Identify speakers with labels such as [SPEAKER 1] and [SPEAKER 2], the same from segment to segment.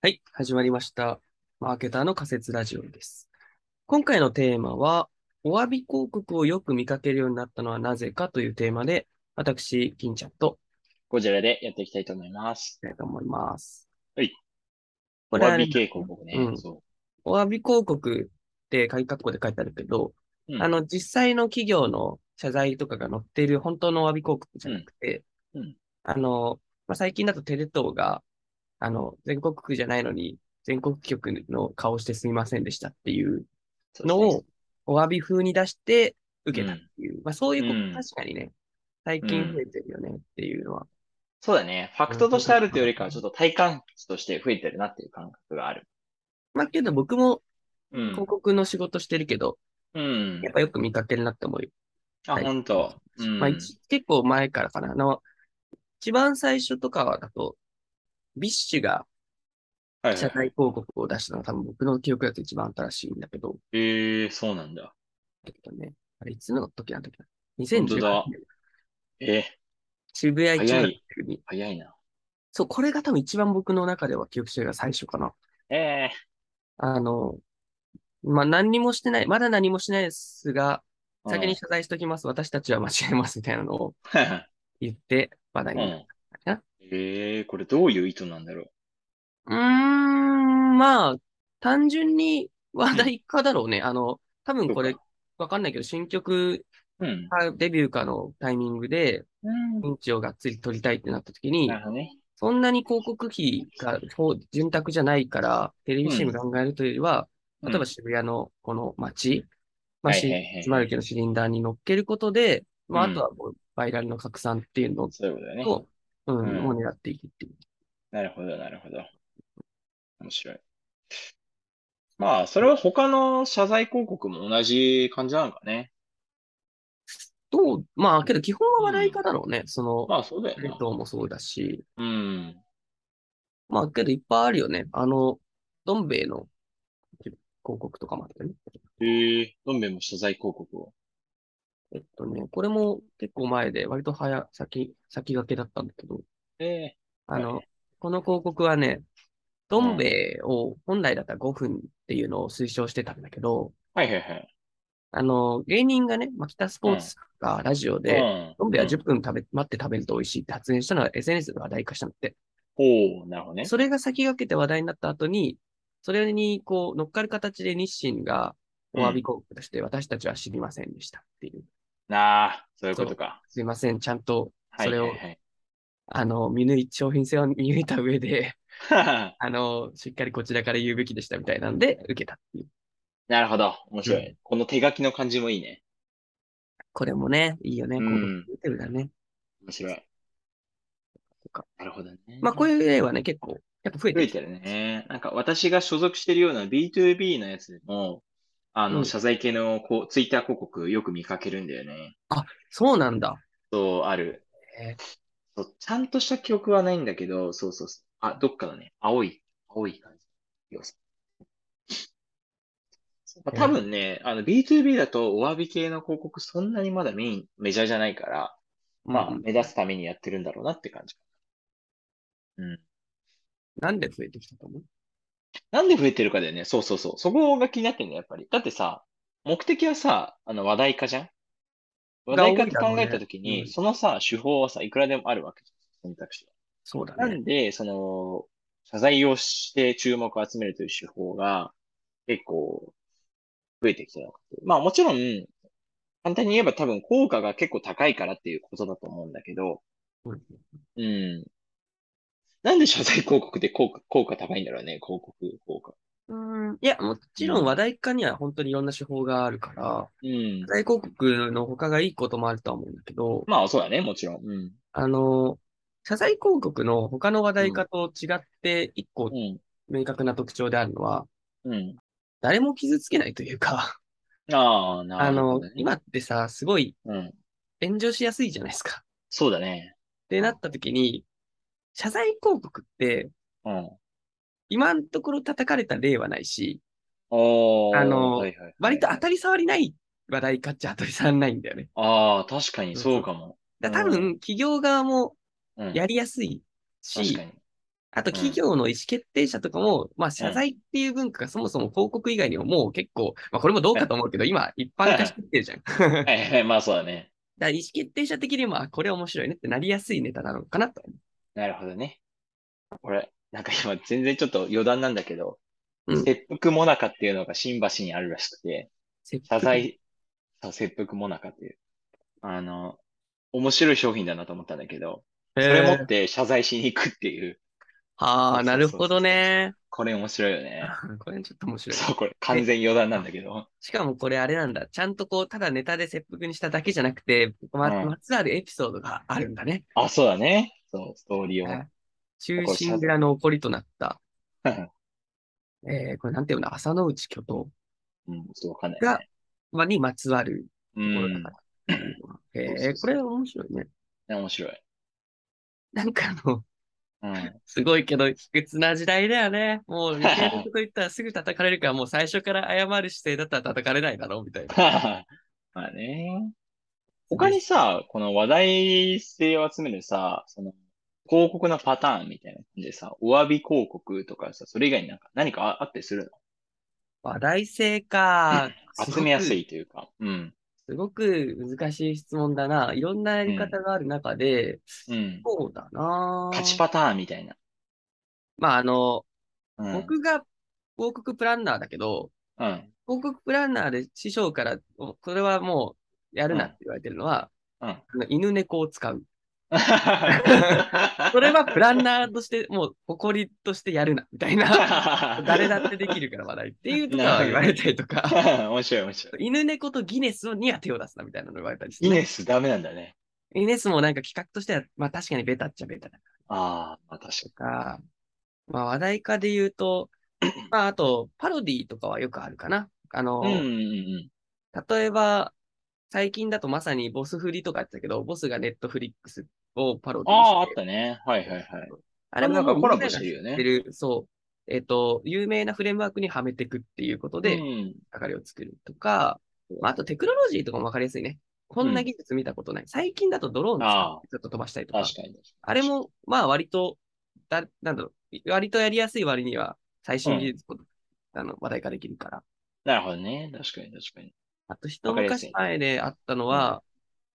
[SPEAKER 1] はい、始まりました。マーケターの仮説ラジオです。今回のテーマは、お詫び広告をよく見かけるようになったのはなぜかというテーマで、私、金ちゃんと、
[SPEAKER 2] ゴジラでやっていきたいと思います。
[SPEAKER 1] やりたいと思います。
[SPEAKER 2] はい。お詫び警告ね、うん。
[SPEAKER 1] お詫び広告って鍵括弧で書いてあるけど、うん、あの、実際の企業の謝罪とかが載っている本当のお詫び広告じゃなくて、うん、あの、まあ、最近だとテレ東があの、全国区じゃないのに、全国局の顔してすみませんでしたっていうのをお詫び風に出して受けたっていう。うん、まあそういうこと、うん、確かにね、最近増えてるよねっていうのは。
[SPEAKER 2] そうだね。ファクトとしてあるというよりかは、ちょっと体感値として増えてるなっていう感覚がある。
[SPEAKER 1] まあ、けど僕も広告の仕事してるけど、うん、やっぱよく見かけるなって思う。
[SPEAKER 2] あ、本、は、当、
[SPEAKER 1] い、まあ、結構前からかな。あの、一番最初とかはだと、ビッシュが社内広告を出したのは、はいはい、多分僕の記憶だと一番新しいんだけど。
[SPEAKER 2] ええー、そうなんだ。
[SPEAKER 1] だけどね、あれいつの時なんだっけな ?2018
[SPEAKER 2] 年。えー、
[SPEAKER 1] 渋谷一
[SPEAKER 2] 早い早いな。
[SPEAKER 1] そう、これが多分一番僕の中では記憶してるが最初かな。
[SPEAKER 2] ええ。
[SPEAKER 1] ー、あの、まあ、何にもしてない、まだ何もしないですが、先に謝罪しときます。私たちは間違えますみたいなのを言って話題になった
[SPEAKER 2] うんええー、これどういう意図なんだろ
[SPEAKER 1] う。うーん、まあ、単純に話題化だろうね。うん、あの、多分これ、わかんないけど、新曲か、デビューかのタイミングで、うん、チをがっつり取りたいってなった時に、
[SPEAKER 2] ね、
[SPEAKER 1] そんなに広告費が潤沢じゃないから、テレビ CM 考えるというよりは、うん、例えば渋谷のこの街、まあ、つまるけどシリンダーに乗っけることで、まあ、あとはもうバイラルの拡散っていうのと、
[SPEAKER 2] そういうことだね
[SPEAKER 1] うん、を、うん、狙っていくっていう。
[SPEAKER 2] なるほど、なるほど。面白い。まあ、それは他の謝罪広告も同じ感じなのかね。
[SPEAKER 1] どう、まあ、けど基本は話題化だろうね。うん、その、
[SPEAKER 2] まあそうだよね。
[SPEAKER 1] もそうだし。
[SPEAKER 2] うん。
[SPEAKER 1] まあ、けどいっぱいあるよね。あの、どん兵衛の広告とかもあったね。
[SPEAKER 2] へえどん兵衛も謝罪広告を。
[SPEAKER 1] えっとね、これも結構前で、割と早、先、先駆けだったんだけど、
[SPEAKER 2] ええ
[SPEAKER 1] ー、あの、はい、この広告はね、どん兵衛を本来だったら5分っていうのを推奨してたんだけど、
[SPEAKER 2] はいはいはい。
[SPEAKER 1] あの、芸人がね、マキタスポーツがラジオで、うん、どん兵衛は10分食べ、待って食べると美味しいって発言したのは SNS で話題化したんだって。
[SPEAKER 2] おおなるほどね。
[SPEAKER 1] それが先駆けて話題になった後に、それにこう乗っかる形で日清がお詫び広告として、私たちは知りませんでしたっていう。
[SPEAKER 2] なあ、そういうことか。
[SPEAKER 1] すいません、ちゃんと、それを、
[SPEAKER 2] はいはいはい、
[SPEAKER 1] あの、見抜い、商品性を見抜いた上で あの、しっかりこちらから言うべきでしたみたいなんで、受けたっていう。
[SPEAKER 2] なるほど、面白い。うん、この手書きの感じもいいね。
[SPEAKER 1] これもね、いいよね。うん、こうだね。
[SPEAKER 2] 面白い。なるほどね。
[SPEAKER 1] まあ、こういう例はね、結構、やっぱ増えて
[SPEAKER 2] る。増えてるね。なんか、私が所属してるような B2B のやつでも、あの、うん、謝罪系のこうツイッター広告よく見かけるんだよね。
[SPEAKER 1] あ、そうなんだ。
[SPEAKER 2] そう、ある。えー、そうちゃんとした記憶はないんだけど、そうそうそう。あ、どっかのね、青い、青い感じ。まあ、多分ね、えー、あの B2B だとお詫び系の広告そんなにまだメイン、メジャーじゃないから、まあ、うん、目指すためにやってるんだろうなって感じ。うん。
[SPEAKER 1] なんで増えてきたと思う
[SPEAKER 2] なんで増えてるかだよね。そうそうそう。そこが気になってんだ、やっぱり。だってさ、目的はさ、あの話題化じゃん話題化って考えたときに、ねうん、そのさ、手法はさ、いくらでもあるわけじゃん。選択肢は。
[SPEAKER 1] そうだね。
[SPEAKER 2] なんで、その、謝罪をして注目を集めるという手法が、結構、増えてきたのまあもちろん、簡単に言えば多分効果が結構高いからっていうことだと思うんだけど、うん。うんなんで謝罪広告で効果効果高いんだろうね、広告効果。
[SPEAKER 1] うん、いや、もちろん話題化には本当にいろんな手法があるから、
[SPEAKER 2] うん、
[SPEAKER 1] 謝罪広告の他がいいこともあるとは思うんだけど、
[SPEAKER 2] まあそうだね、もちろん。うん、
[SPEAKER 1] あの、謝罪広告の他の話題化と違って、一個明確な特徴であるのは、
[SPEAKER 2] うん、うん、
[SPEAKER 1] 誰も傷つけないというか
[SPEAKER 2] ああ、な
[SPEAKER 1] るほど、ね、あの、今ってさ、すごい炎上しやすいじゃないですか。
[SPEAKER 2] そうだね。
[SPEAKER 1] ってなった時に、謝罪広告って、
[SPEAKER 2] うん、
[SPEAKER 1] 今のところ叩かれた例はないし、
[SPEAKER 2] あ
[SPEAKER 1] の、
[SPEAKER 2] はいはいはい、
[SPEAKER 1] 割と当たり障りない話題かっちゃ当たり障りないんだよね。
[SPEAKER 2] ああ、確かにそうかも。
[SPEAKER 1] だ多分、企業側もやりやすいし、
[SPEAKER 2] うん、
[SPEAKER 1] あと企業の意思決定者とかも、まあ謝罪っていう文化がそもそも広告以外にももう結構、まあこれもどうかと思うけど、今一般化してきて るじゃん。だか
[SPEAKER 2] はいはい、まあそうだね。
[SPEAKER 1] ら意思決定者的にも、あ、これ面白いねってなりやすいネタなのかなと。
[SPEAKER 2] なるほどね。これ、なんか今全然ちょっと余談なんだけど、
[SPEAKER 1] うん
[SPEAKER 2] 切腹もなかっていうのが新橋にあるらしくて、謝罪、そう切腹もなかっていう。あの、面白い商品だなと思ったんだけど、
[SPEAKER 1] へ
[SPEAKER 2] そ
[SPEAKER 1] ー。
[SPEAKER 2] れ持って謝罪しに行くっていう、
[SPEAKER 1] ああ、なるほどね。
[SPEAKER 2] これ面白いよね。
[SPEAKER 1] これちょっと面白い。
[SPEAKER 2] そう、これ完全余談なんだけど。
[SPEAKER 1] しかもこれあれなんだ。ちゃんとこう、ただネタで切腹にしただけじゃなくて、ま
[SPEAKER 2] うん
[SPEAKER 1] まつわるエピソードがあるんだね。
[SPEAKER 2] あ、そうだね。そう、ストーリーを。
[SPEAKER 1] はい中心蔵の怒りとなった。
[SPEAKER 2] うん
[SPEAKER 1] えー、これなんていうの朝の内巨頭、
[SPEAKER 2] うん、ちょっとわかんないね。
[SPEAKER 1] まあ、にまつわる
[SPEAKER 2] う
[SPEAKER 1] ところだ
[SPEAKER 2] ん
[SPEAKER 1] か、ら。え
[SPEAKER 2] そう
[SPEAKER 1] ー
[SPEAKER 2] そうそう
[SPEAKER 1] これ面白いね。
[SPEAKER 2] 面白い。
[SPEAKER 1] なんかあの、
[SPEAKER 2] うん。
[SPEAKER 1] すごいけど、卑屈な時代だよね。もう、余計なこと言ったらすぐ叩かれるから、もう最初から謝る姿勢だったら叩かれないだろう、みたいな。
[SPEAKER 2] まあね。他にさ、この話題性を集めるさ、その、広告のパターンみたいなんでさ、お詫び広告とかさ、それ以外になんか何かああったりする
[SPEAKER 1] 話題性か。
[SPEAKER 2] の集めやすいというか。うん。
[SPEAKER 1] すごく難しい質問だな。いろんなやり方がある中で、
[SPEAKER 2] うん。
[SPEAKER 1] そうだな。
[SPEAKER 2] 勝ちパターンみたいな。
[SPEAKER 1] まあ、あの、
[SPEAKER 2] うん。
[SPEAKER 1] 僕が広告プランナーだけど、
[SPEAKER 2] うん。
[SPEAKER 1] 広告プランナーで師匠から、おこれはもうやるなって言われてるのは、
[SPEAKER 2] うんうん
[SPEAKER 1] あの犬猫を使う。
[SPEAKER 2] そ
[SPEAKER 1] それはプランナーとして、もう誇りとしてやるな、みたいな。 誰だってできるから話題っていうとかは言われたりとか、
[SPEAKER 2] 面白い面白い。
[SPEAKER 1] 犬猫とギネスをには手を出すな、みたいなの言われたりして、
[SPEAKER 2] ギネスダメなんだね。
[SPEAKER 1] ギネスもなんか企画としては、まあ確かにベタっちゃベタだ
[SPEAKER 2] ああ、まあ確
[SPEAKER 1] と
[SPEAKER 2] か
[SPEAKER 1] か、まあ話題化で言うと、まああと、パロディとかはよくあるかな。あの、
[SPEAKER 2] に。うんうんうん。
[SPEAKER 1] 例えば、最近だとまさにボスフリとかやってたけど、ボスがネットフリックスをパロディ
[SPEAKER 2] ああ、あ
[SPEAKER 1] し、
[SPEAKER 2] ってたね。はいはいはい。
[SPEAKER 1] あれも
[SPEAKER 2] なんか
[SPEAKER 1] もう
[SPEAKER 2] コラボ
[SPEAKER 1] みんなが
[SPEAKER 2] してるよね
[SPEAKER 1] 知ってるそう。えっ、と、有名なフレームワークにはめていくっていうことで、
[SPEAKER 2] うん、
[SPEAKER 1] 明かりを作るとか、まあ、あとテクノロジーとかもわかりやすいね。こんな技術見たことない。最近だとドローン使ってちょっと飛ばしたりとか
[SPEAKER 2] 確。かに。
[SPEAKER 1] あれも、まあ割と、だ、なんだろう、割とやりやすい割には、最新技術、あの、話題化できるから。
[SPEAKER 2] なるほどね。確かに確かに。
[SPEAKER 1] あと、一
[SPEAKER 2] わかりやすい
[SPEAKER 1] 昔前であったのは、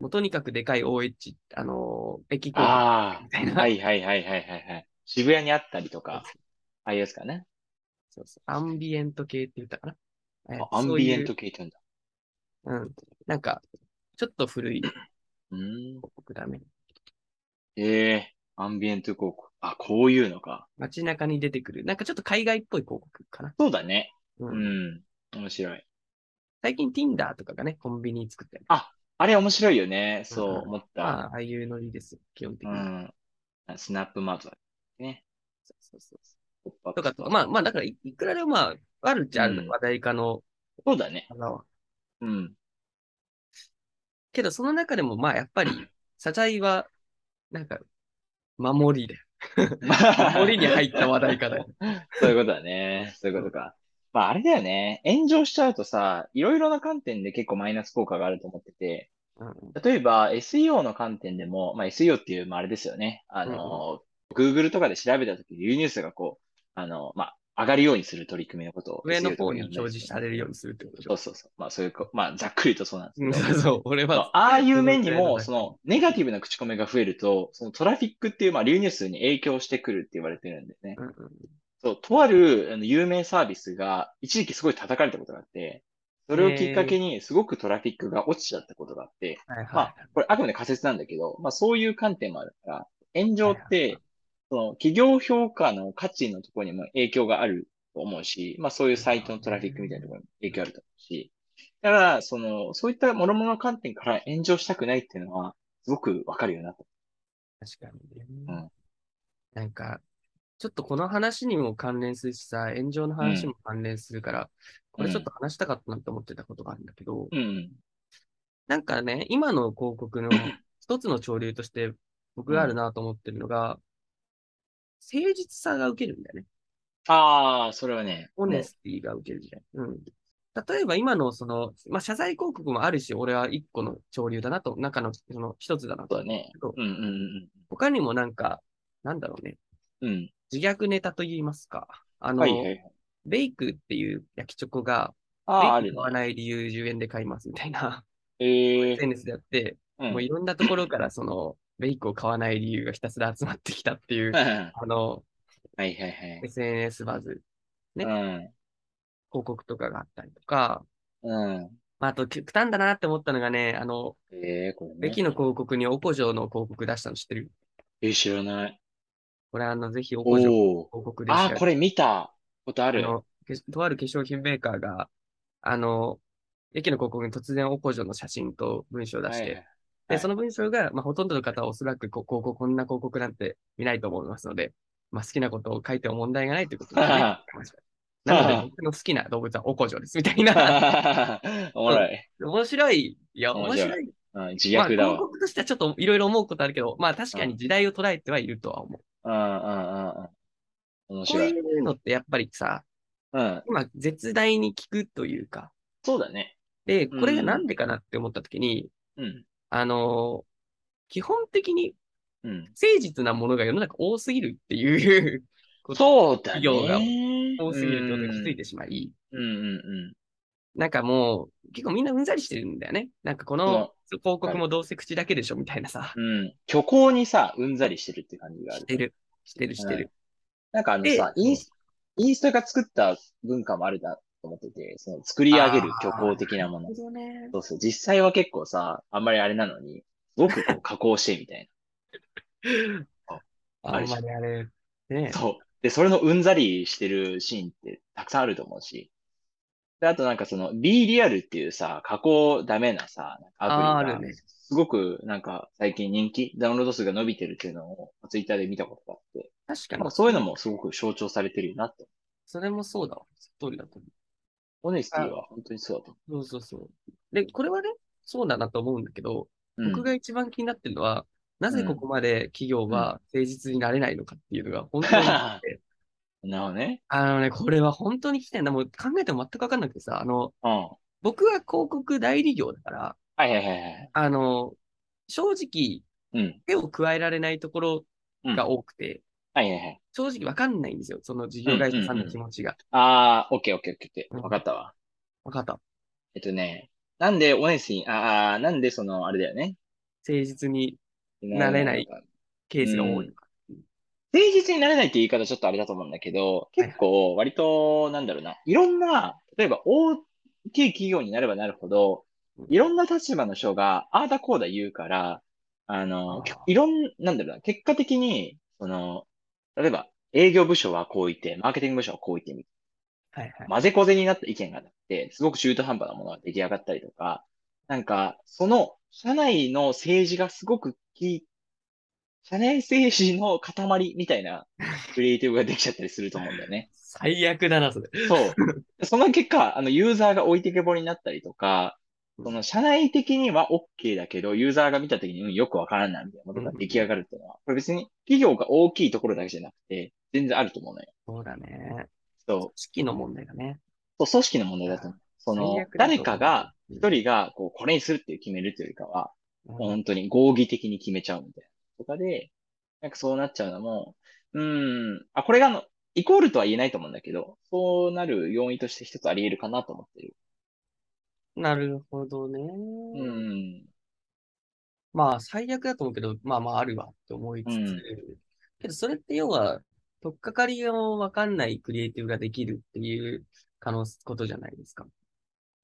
[SPEAKER 1] もうとにかくでかい OH、あのー駅構内
[SPEAKER 2] あ
[SPEAKER 1] みたい
[SPEAKER 2] あ、
[SPEAKER 1] な。
[SPEAKER 2] はいはいはいはいはいはい。渋谷にあったりとか、ああいうやつかね。
[SPEAKER 1] そうそうアンビエント系って言ったかな。え
[SPEAKER 2] あアンビエント系って言うんだ。
[SPEAKER 1] そういう、うん。なんか、ちょっと古い広
[SPEAKER 2] うん。
[SPEAKER 1] 告だね。
[SPEAKER 2] ええアンビエント広告。あ、こういうのか。
[SPEAKER 1] 街中に出てくる。なんかちょっと海外っぽい広告かな。
[SPEAKER 2] そうだね。
[SPEAKER 1] う
[SPEAKER 2] うんん。面白い。
[SPEAKER 1] 最近 Tinder とかがね、コンビニ作ってる。
[SPEAKER 2] あれ面白いよね。そう思っ
[SPEAKER 1] ま
[SPEAKER 2] た。
[SPEAKER 1] あ、ああいうノリですよ、基本的
[SPEAKER 2] う
[SPEAKER 1] に。
[SPEAKER 2] ん。スナップマートだね。
[SPEAKER 1] そうそうそ
[SPEAKER 2] ポップアッ
[SPEAKER 1] うと
[SPEAKER 2] プ
[SPEAKER 1] かとか、まあまあ、だからい、いくらでもまあ、あるっちゃあるの、
[SPEAKER 2] うん
[SPEAKER 1] 話題化の
[SPEAKER 2] そうだね。
[SPEAKER 1] 花は。
[SPEAKER 2] うん。
[SPEAKER 1] けど、その中でも、まあ、やっぱり、サチャイは、なんか、守り で、守りに入った話題かだよ。
[SPEAKER 2] そういうこと だね。そういうことか。まああれだよね。炎上しちゃうとさ、いろいろな観点で結構マイナス効果があると思ってて、
[SPEAKER 1] うん
[SPEAKER 2] 例えば SEO の観点でも、まあ SEO っていう、まああれですよね。あの、Google とかで調べたとき、流入数がこう、あの、まあ上がるようにする取り組みのことを
[SPEAKER 1] 上の
[SPEAKER 2] SEO と
[SPEAKER 1] 方
[SPEAKER 2] か
[SPEAKER 1] に
[SPEAKER 2] 呼んだりする
[SPEAKER 1] 表示されるようにするってことでし
[SPEAKER 2] そ
[SPEAKER 1] ょ
[SPEAKER 2] う。そうそう。まあそういうこ、まあざっくりとそうなんですけ
[SPEAKER 1] うん
[SPEAKER 2] ど。
[SPEAKER 1] そうそう、俺
[SPEAKER 2] そう
[SPEAKER 1] は。
[SPEAKER 2] ああいう面にも、
[SPEAKER 1] そ
[SPEAKER 2] そ
[SPEAKER 1] の
[SPEAKER 2] の、ネガティブな口コミが増えると、そのトラフィックっていう、まあ、流入数に影響してくるって言われてるんでね。
[SPEAKER 1] うんうん
[SPEAKER 2] そう、とある、あの、有名サービスが、一時期すごい叩かれたことがあって、それをきっかけに、すごくトラフィックが落ちちゃったことがあって、
[SPEAKER 1] はいはい
[SPEAKER 2] まあ、これあくまで仮説なんだけど、まあ、そういう観点もあるから、炎上って、その、企業評価の価値のところにも影響があると思うし、まあ、そういうサイトのトラフィックみたいなところにも影響あると思うし、だから、その、そういった諸々の観点から炎上したくないっていうのは、すごくわかるよなと。
[SPEAKER 1] 確かにね。
[SPEAKER 2] うん
[SPEAKER 1] なんか、ちょっとこの話にも関連するしさ、炎上の話も関連するから、これちょっと話したかったなって思ってたことがあるんだけど、
[SPEAKER 2] うん。
[SPEAKER 1] なんかね、今の広告 の一つの潮流として僕があるなと思ってるのが、誠実さが受けるんだよね。
[SPEAKER 2] ああ、それはね、
[SPEAKER 1] オネ
[SPEAKER 2] ね、
[SPEAKER 1] スティが受けるみたいな。うん。例えば今のその、まあ、謝罪広告もあるし、俺は一個の潮流だなと、中のその一つだな
[SPEAKER 2] そ
[SPEAKER 1] と
[SPEAKER 2] う
[SPEAKER 1] 思うん
[SPEAKER 2] だ
[SPEAKER 1] だ
[SPEAKER 2] ね
[SPEAKER 1] けど。、
[SPEAKER 2] うんうんうん
[SPEAKER 1] 他にもなんか、なんだろうね。
[SPEAKER 2] うん。うん。
[SPEAKER 1] 自虐ネタと言いますか。あの、
[SPEAKER 2] はいはいはい。
[SPEAKER 1] ベイクっていう焼きチョコが、
[SPEAKER 2] あ
[SPEAKER 1] ベ
[SPEAKER 2] あ、あ
[SPEAKER 1] イ
[SPEAKER 2] る
[SPEAKER 1] ク
[SPEAKER 2] ね
[SPEAKER 1] 買。わない理由10円で買いますみたいな、
[SPEAKER 2] ええ
[SPEAKER 1] SNS でやって、
[SPEAKER 2] うん
[SPEAKER 1] もういろんなところからその、ベイクを買わない理由がひたすら集まってきたっていう
[SPEAKER 2] うん、は
[SPEAKER 1] あの、
[SPEAKER 2] いはいはい。
[SPEAKER 1] SNS バズ、ね
[SPEAKER 2] うん。
[SPEAKER 1] 広告とかがあったりとか、
[SPEAKER 2] うん。
[SPEAKER 1] まあ、あと極端だなって思ったのがね、あの、
[SPEAKER 2] ええこれ
[SPEAKER 1] ベキ
[SPEAKER 2] ね。
[SPEAKER 1] の広告にオコジョの広告出したの知ってる
[SPEAKER 2] えー、知らない。
[SPEAKER 1] これあの、ぜひオコジョの
[SPEAKER 2] おお。
[SPEAKER 1] 広告で
[SPEAKER 2] ああ、こ
[SPEAKER 1] れ
[SPEAKER 2] れ見たことあ
[SPEAKER 1] あ
[SPEAKER 2] る。
[SPEAKER 1] の、けとある化粧品メーカーが、あの、駅の広告に突然オコジョの写真と文章を出して、
[SPEAKER 2] はいはいは
[SPEAKER 1] で、
[SPEAKER 2] い
[SPEAKER 1] その文章が、まあ、ほとんどの方はおそらくこう、こうこうこんな広告なんて見ないと思いますので、まあ、好きなことを書いても問題がないということで すねなので、僕の好きな動物はオコジョです、みたいな。
[SPEAKER 2] おもろい。
[SPEAKER 1] 面白い。いや、面
[SPEAKER 2] 面白い
[SPEAKER 1] 白い。
[SPEAKER 2] うん、自
[SPEAKER 1] まあ、
[SPEAKER 2] 虐だ
[SPEAKER 1] 広
[SPEAKER 2] わ。
[SPEAKER 1] 告としてはちょっといろいろ思うことあるけど、まあ確かに時代を捉えてはいるとは思う。
[SPEAKER 2] うん、うん、うん。うん面
[SPEAKER 1] こう
[SPEAKER 2] 白い。
[SPEAKER 1] いうのってやっぱりさ、
[SPEAKER 2] うん。
[SPEAKER 1] 今絶大に効くというか、
[SPEAKER 2] そうだね。
[SPEAKER 1] で、これがなんでかなって思った時に、
[SPEAKER 2] うん。
[SPEAKER 1] あのー基本的に
[SPEAKER 2] うん。
[SPEAKER 1] 誠実なものが世の中多すぎるっていう、
[SPEAKER 2] そうだね。
[SPEAKER 1] 企業が多すぎるってことに気づいてしまい、
[SPEAKER 2] うん、うん、
[SPEAKER 1] なんかもう結構みんなうんざりしてるんだよね。なんかこの広告もどうせ口だけでしょみたいなさ、
[SPEAKER 2] うん。うん。虚構にさ、うんざりしてるって感じがあ
[SPEAKER 1] し
[SPEAKER 2] る。
[SPEAKER 1] てる、してる、してる。
[SPEAKER 2] なんかあの
[SPEAKER 1] で
[SPEAKER 2] さ、インス、インスタが作った文化もあるなと思ってて、その作り上げる虚構的なもの
[SPEAKER 1] なる。ほどね。
[SPEAKER 2] そうそう。実際は結構さ、あんまりあれなのに、すごくこう加工してみたい
[SPEAKER 1] あんまりあれ。ね
[SPEAKER 2] な。そう。で、それのうんざりしてるシーンってたくさんあると思うし。で、あとなんかその、B リアルっていうさ、加工ダメなさ、
[SPEAKER 1] あー
[SPEAKER 2] ア
[SPEAKER 1] あ
[SPEAKER 2] プリ
[SPEAKER 1] る
[SPEAKER 2] が、
[SPEAKER 1] ね。
[SPEAKER 2] すごくなんか最近人気、ダウンロード数が伸びてるっていうのをツイッターで見たことがあって、
[SPEAKER 1] 確か
[SPEAKER 2] なん
[SPEAKER 1] に
[SPEAKER 2] か。そういうのもすごく象徴されてるよなって。
[SPEAKER 1] それもそうだわ。その通りだと思
[SPEAKER 2] オネスティは本当にそうだと思
[SPEAKER 1] う。そうそうそう。で、これはね、そうだなと思うんだけど、
[SPEAKER 2] う。うん
[SPEAKER 1] 僕が一番気になってるのは、なぜここまで企業は誠実になれないのかっていうのが本 当にあって、
[SPEAKER 2] なるほどね。
[SPEAKER 1] あのね、これは本当に来てんだ。もう考えても全くわかんなくてさ、あの、
[SPEAKER 2] うん。は
[SPEAKER 1] 僕は広告代理業だから、
[SPEAKER 2] いはいはいはい。
[SPEAKER 1] あの、正直、
[SPEAKER 2] うん。
[SPEAKER 1] 手を加えられないところが多くて、
[SPEAKER 2] はいはいはい。
[SPEAKER 1] 正直わかんないんですよ。その事業会社さんの気持ちが。
[SPEAKER 2] あー、オッケーオッケーオッケーオッケー。わかったわ。
[SPEAKER 1] わかった。
[SPEAKER 2] えっとね、なんでオネスティ、ああ、なんでその、あれだよね。
[SPEAKER 1] 誠実に
[SPEAKER 2] な
[SPEAKER 1] れないケースが多いのか。
[SPEAKER 2] 誠実になれないって言い方ちょっとあれだと思うんだけど、結構割と、なんだろうな、いろんな、例えば大きい企業になればなるほど、いろんな立場の人が、ああだこうだ言うから、あの、
[SPEAKER 1] あー
[SPEAKER 2] いろん、なんだろうな、結果的に、その、例えば営業部署はこう言って、マーケティング部署はこう言ってみ
[SPEAKER 1] はいはい。
[SPEAKER 2] 混ぜこぜになった意見がなくて、すごく中途半端なものが出来上がったりとか、なんか、その、社内の政治がすごくき、社内政治の塊みたい なクリエイティブができちゃったりすると思うんだよね。
[SPEAKER 1] 最悪だな、それ。
[SPEAKER 2] そう。その結果、あの、ユーザーが置いてけぼりになったりとか、その、社内的には OK だけど、ユーザーが見た時に、うん、よくわからんないみたいなものが出来上がるっていうのは、これ別に企業が大きいところだけじゃなくて、全然あると思うのよ。
[SPEAKER 1] そうだね。
[SPEAKER 2] そう。
[SPEAKER 1] 士気の問題だね。
[SPEAKER 2] そう、組織の問題だと思う。そ
[SPEAKER 1] 最
[SPEAKER 2] の
[SPEAKER 1] 悪、だと
[SPEAKER 2] 誰
[SPEAKER 1] 思う
[SPEAKER 2] かが、
[SPEAKER 1] うん
[SPEAKER 2] 一人が、こう、これにするっていう決めるというよりかは、もう
[SPEAKER 1] うん
[SPEAKER 2] 本当に合議的に決めちゃうみたいな。とかで、なんかそうなっちゃうのも、うーん、あ、これがあの、イコールとは言えないと思うんだけど、そうなる要因として一つあり得るかなと思ってる。
[SPEAKER 1] なるほどね。
[SPEAKER 2] うん。
[SPEAKER 1] まあ、最悪だと思うけど、まあまあ、あるわって思いつつ、
[SPEAKER 2] うん
[SPEAKER 1] けど、それって要は、取っかかりがわかんないクリエイティブができるっていう可能ことじゃないですか。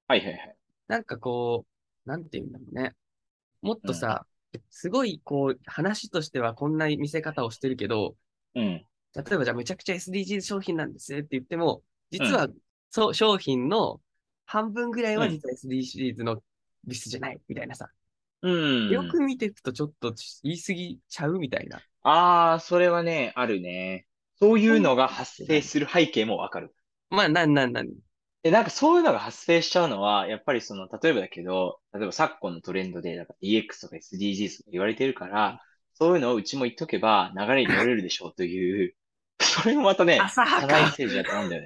[SPEAKER 2] はいはいはい。
[SPEAKER 1] なんかこう、なんて言うんだろうね。もっとさ、すごいこう、話としてはこんな見せ方をしてるけど、
[SPEAKER 2] うん。
[SPEAKER 1] 例えばじゃあめちゃくちゃ SDGs 商品なんですって言っても、実は、そう、商品の半分ぐらいは実は SDGs のリストじゃないみたいなさ、
[SPEAKER 2] うん。
[SPEAKER 1] よく見ていくとちょっと言い過ぎちゃうみたいな。
[SPEAKER 2] ああ、それはね、あるね。そういうのが発生する背景もわかる。
[SPEAKER 1] まあ、なんなんなん。
[SPEAKER 2] で、なんかそういうのが発生しちゃうのは、やっぱりその、例えばだけど、例えば昨今のトレンドで、なんか DX とか SDGs とか言われてるから、そういうのをうちも言っとけば流れに乗れるでしょうという、 それもまたね、
[SPEAKER 1] 浅は
[SPEAKER 2] 社内
[SPEAKER 1] か。
[SPEAKER 2] 政治だと思うんだよ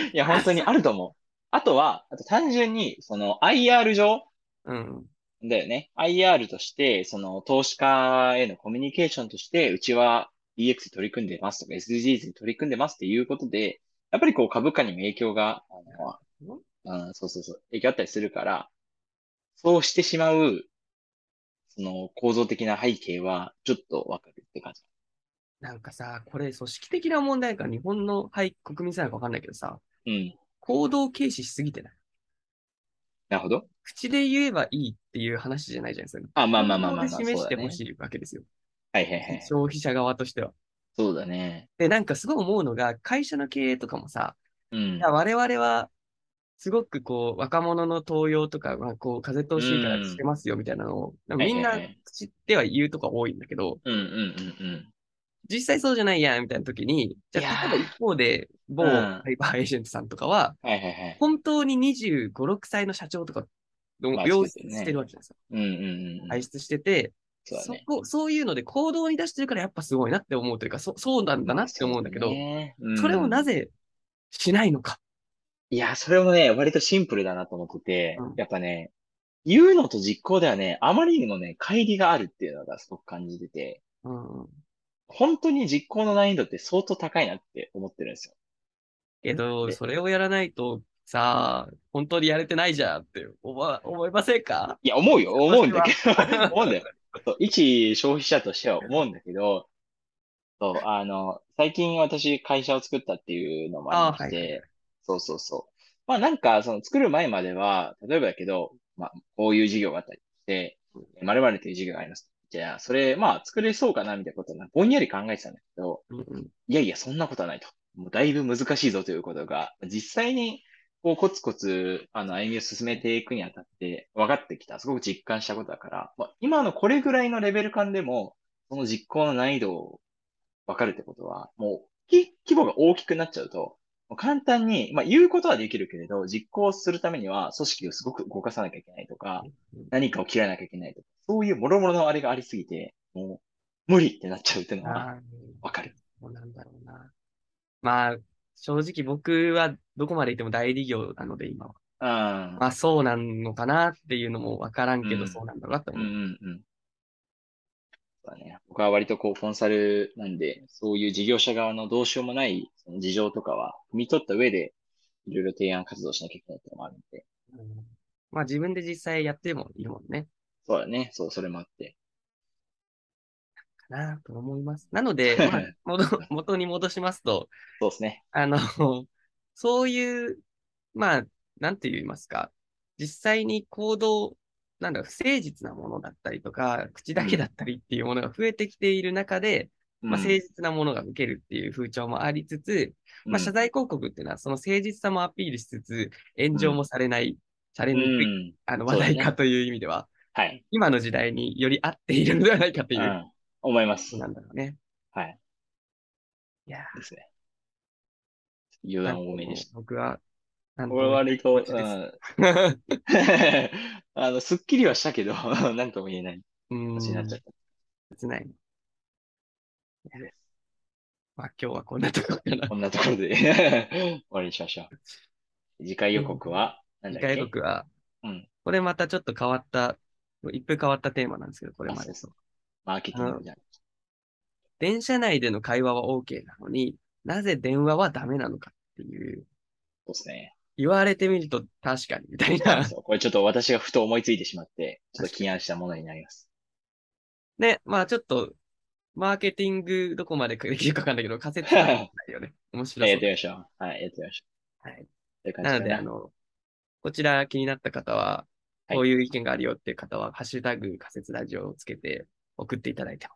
[SPEAKER 2] ね。 いや、本当にあると思う。あとは、あと単純に、その IR 上
[SPEAKER 1] うん。
[SPEAKER 2] だよね。IR として、その投資家へのコミュニケーションとして、うちは DX に取り組んでますとか SDGs に取り組んでますっていうことで、やっぱりこう株価にも影響が、あの、うん、そうそうそう、影響あったりするから、そうしてしまう、その構造的な背景はちょっとわかるって感じ。
[SPEAKER 1] なんかさ、これ組織的な問題か日本の、はい、国民さなんかわかんないけどさ、
[SPEAKER 2] うん。
[SPEAKER 1] 行動軽視しすぎてない
[SPEAKER 2] なるほど。
[SPEAKER 1] 口で言えばいいっていう話じゃないじゃないですか。
[SPEAKER 2] あ、まあまあまあまあ、まあ、
[SPEAKER 1] 示してほしいわけですよ。
[SPEAKER 2] はいはいはい。
[SPEAKER 1] 消費者側としては。
[SPEAKER 2] そうだね。
[SPEAKER 1] で、なんかすごい思うのが、会社の経営とかもさ、
[SPEAKER 2] うん、
[SPEAKER 1] 我々は、すごくこう、若者の登用とか、まあ、こう、風通しいいからしてますよみたいなのを、うん、みんな口では言うとか多いんだけど、
[SPEAKER 2] うんうんうんうん。
[SPEAKER 1] 実際そうじゃないやんみたいな時に、じゃあ、例えば一方で、某ハイバーエージェントさんとかは、
[SPEAKER 2] はいはいはい、
[SPEAKER 1] 本当に25、6歳の社長とか、病室してるわけじゃないです
[SPEAKER 2] か。うんうんうん、
[SPEAKER 1] 排出してて、そ、ね、こ、そういうので行動に出してるからやっぱすごいなって思うというか、そそうなんだなって思うんだけど、
[SPEAKER 2] ねうん、
[SPEAKER 1] それをなぜしないのか。
[SPEAKER 2] いや、それもね、割とシンプルだなと思ってて、うん、やっぱね、言うのと実行ではね、あまりにもね、乖離があるっていうのがすごく感じてて、
[SPEAKER 1] うん、
[SPEAKER 2] 本当に実行の難易度って相当高いなって思ってるんですよ。
[SPEAKER 1] けど、それをやらないと、さあ、本当にやれてないじゃんって思思いませんか
[SPEAKER 2] いや、思うよ。思うんだけど、 思うんだよ。一消費者としては思うんだけど、そう、あの、最近私会社を作ったっていうのもありまして、はい、そうそうそう。まあなんか、その作る前までは、例えばだけど、まあ、こういう事業があったりして、〇〇という事業があります。じゃあ、それ、まあ、作れそうかな、みたいなことな、ぼんやり考えてたんだけど、
[SPEAKER 1] うんうん、
[SPEAKER 2] いやいや、そんなことはないと。もうだいぶ難しいぞということが、実際に、こう、コツコツ、あの、歩みを進めていくにあたって、分かってきた。すごく実感したことだから、まあ、今のこれぐらいのレベル感でも、その実行の難易度を分かるってことは、もう、規模が大きくなっちゃうと、簡単に、まあ、言うことはできるけれど、実行するためには組織をすごく動かさなきゃいけないとか、何かを切らなきゃいけないとか、そういうもろもろのあれがありすぎて、もう無理ってなっちゃうっていうのはわかる。
[SPEAKER 1] そうなんだろうな。まあ、正直僕はどこまで行っても代理業なので今は。
[SPEAKER 2] あ
[SPEAKER 1] まあ、そうなのかなっていうのもわからんけど、そうなんだろうなって思う。
[SPEAKER 2] うんうんうんだね、僕は割とこうコンサルなんで、そういう事業者側のどうしようもないその事情とかは、汲み取った上で、いろいろ提案活動しなきゃいけないっていうのもあるんで。
[SPEAKER 1] うん、まあ自分で実際やってもいるもんね。
[SPEAKER 2] そうだね。そう、それもあって。
[SPEAKER 1] かなと思います。なの で、まあ、元に戻しますと、
[SPEAKER 2] そうですね。
[SPEAKER 1] あの、 そういう、まあ、なんて言いますか、実際に行動なんだ、不誠実なものだったりとか、口だけだったりっていうものが増えてきている中で、
[SPEAKER 2] うん、
[SPEAKER 1] まあ、誠実なものが受けるっていう風潮もありつつ、うん、まあ、謝罪広告っていうのは、その誠実さもアピールしつつ、炎上もされない、さ、うん、れにくい、あの話題化という意味では、
[SPEAKER 2] ね、はい、
[SPEAKER 1] 今の時代により合っているのではないかという、
[SPEAKER 2] 思います。
[SPEAKER 1] なんだろうね。
[SPEAKER 2] はい。
[SPEAKER 1] いや
[SPEAKER 2] ですね。余談多めでした。
[SPEAKER 1] 僕は
[SPEAKER 2] 俺は割と、うん、 あの、すっきりはしたけど、 なんとも言えない。
[SPEAKER 1] うん。
[SPEAKER 2] になっちゃった。
[SPEAKER 1] 切ない。まあ、今日はこんなところかな。
[SPEAKER 2] こん なところ で終わりにしましょう。次回予告は、
[SPEAKER 1] うん、次回予告は、
[SPEAKER 2] うん。
[SPEAKER 1] これまたちょっと変わった、一風変わったテーマなんですけど、これまで。
[SPEAKER 2] そうマーケティングじゃん。
[SPEAKER 1] 電車内での会話は OK なのに、なぜ電話はダメなのかっていう。
[SPEAKER 2] そうですね。
[SPEAKER 1] 言われてみると確かにみたい な。
[SPEAKER 2] これちょっと私がふと思いついてしまって、ちょっと起案したものになります。
[SPEAKER 1] ね、まあちょっと、マーケティングどこまでできるかわかんないけど、仮説はないよね。面白い。
[SPEAKER 2] やってみましょう。はい、やってみましょ
[SPEAKER 1] う。はい。
[SPEAKER 2] という感じ
[SPEAKER 1] なので、あの、こちら気になった方は、こういう意見があるよっていう方は、はい、ハッシュタグ仮説ラジオをつけて送っていただいても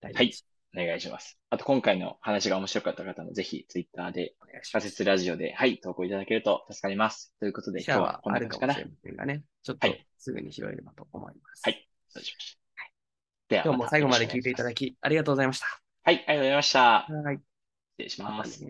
[SPEAKER 2] 大丈夫です。はい、お願いします。あと今回の話が面白かった方もぜひツイッターで仮説ラジオで、はい、投稿いただけると助かります。ということで、今日はこんな感じかな。
[SPEAKER 1] あるかもしれませんがね、ちょっとすぐに拾えればと思います。
[SPEAKER 2] はい、そうしましょう。はい、
[SPEAKER 1] では、今日も最後まで聞いていただき、ありがとうございました。
[SPEAKER 2] はい、ありがとうございました。
[SPEAKER 1] はい、
[SPEAKER 2] 失礼します。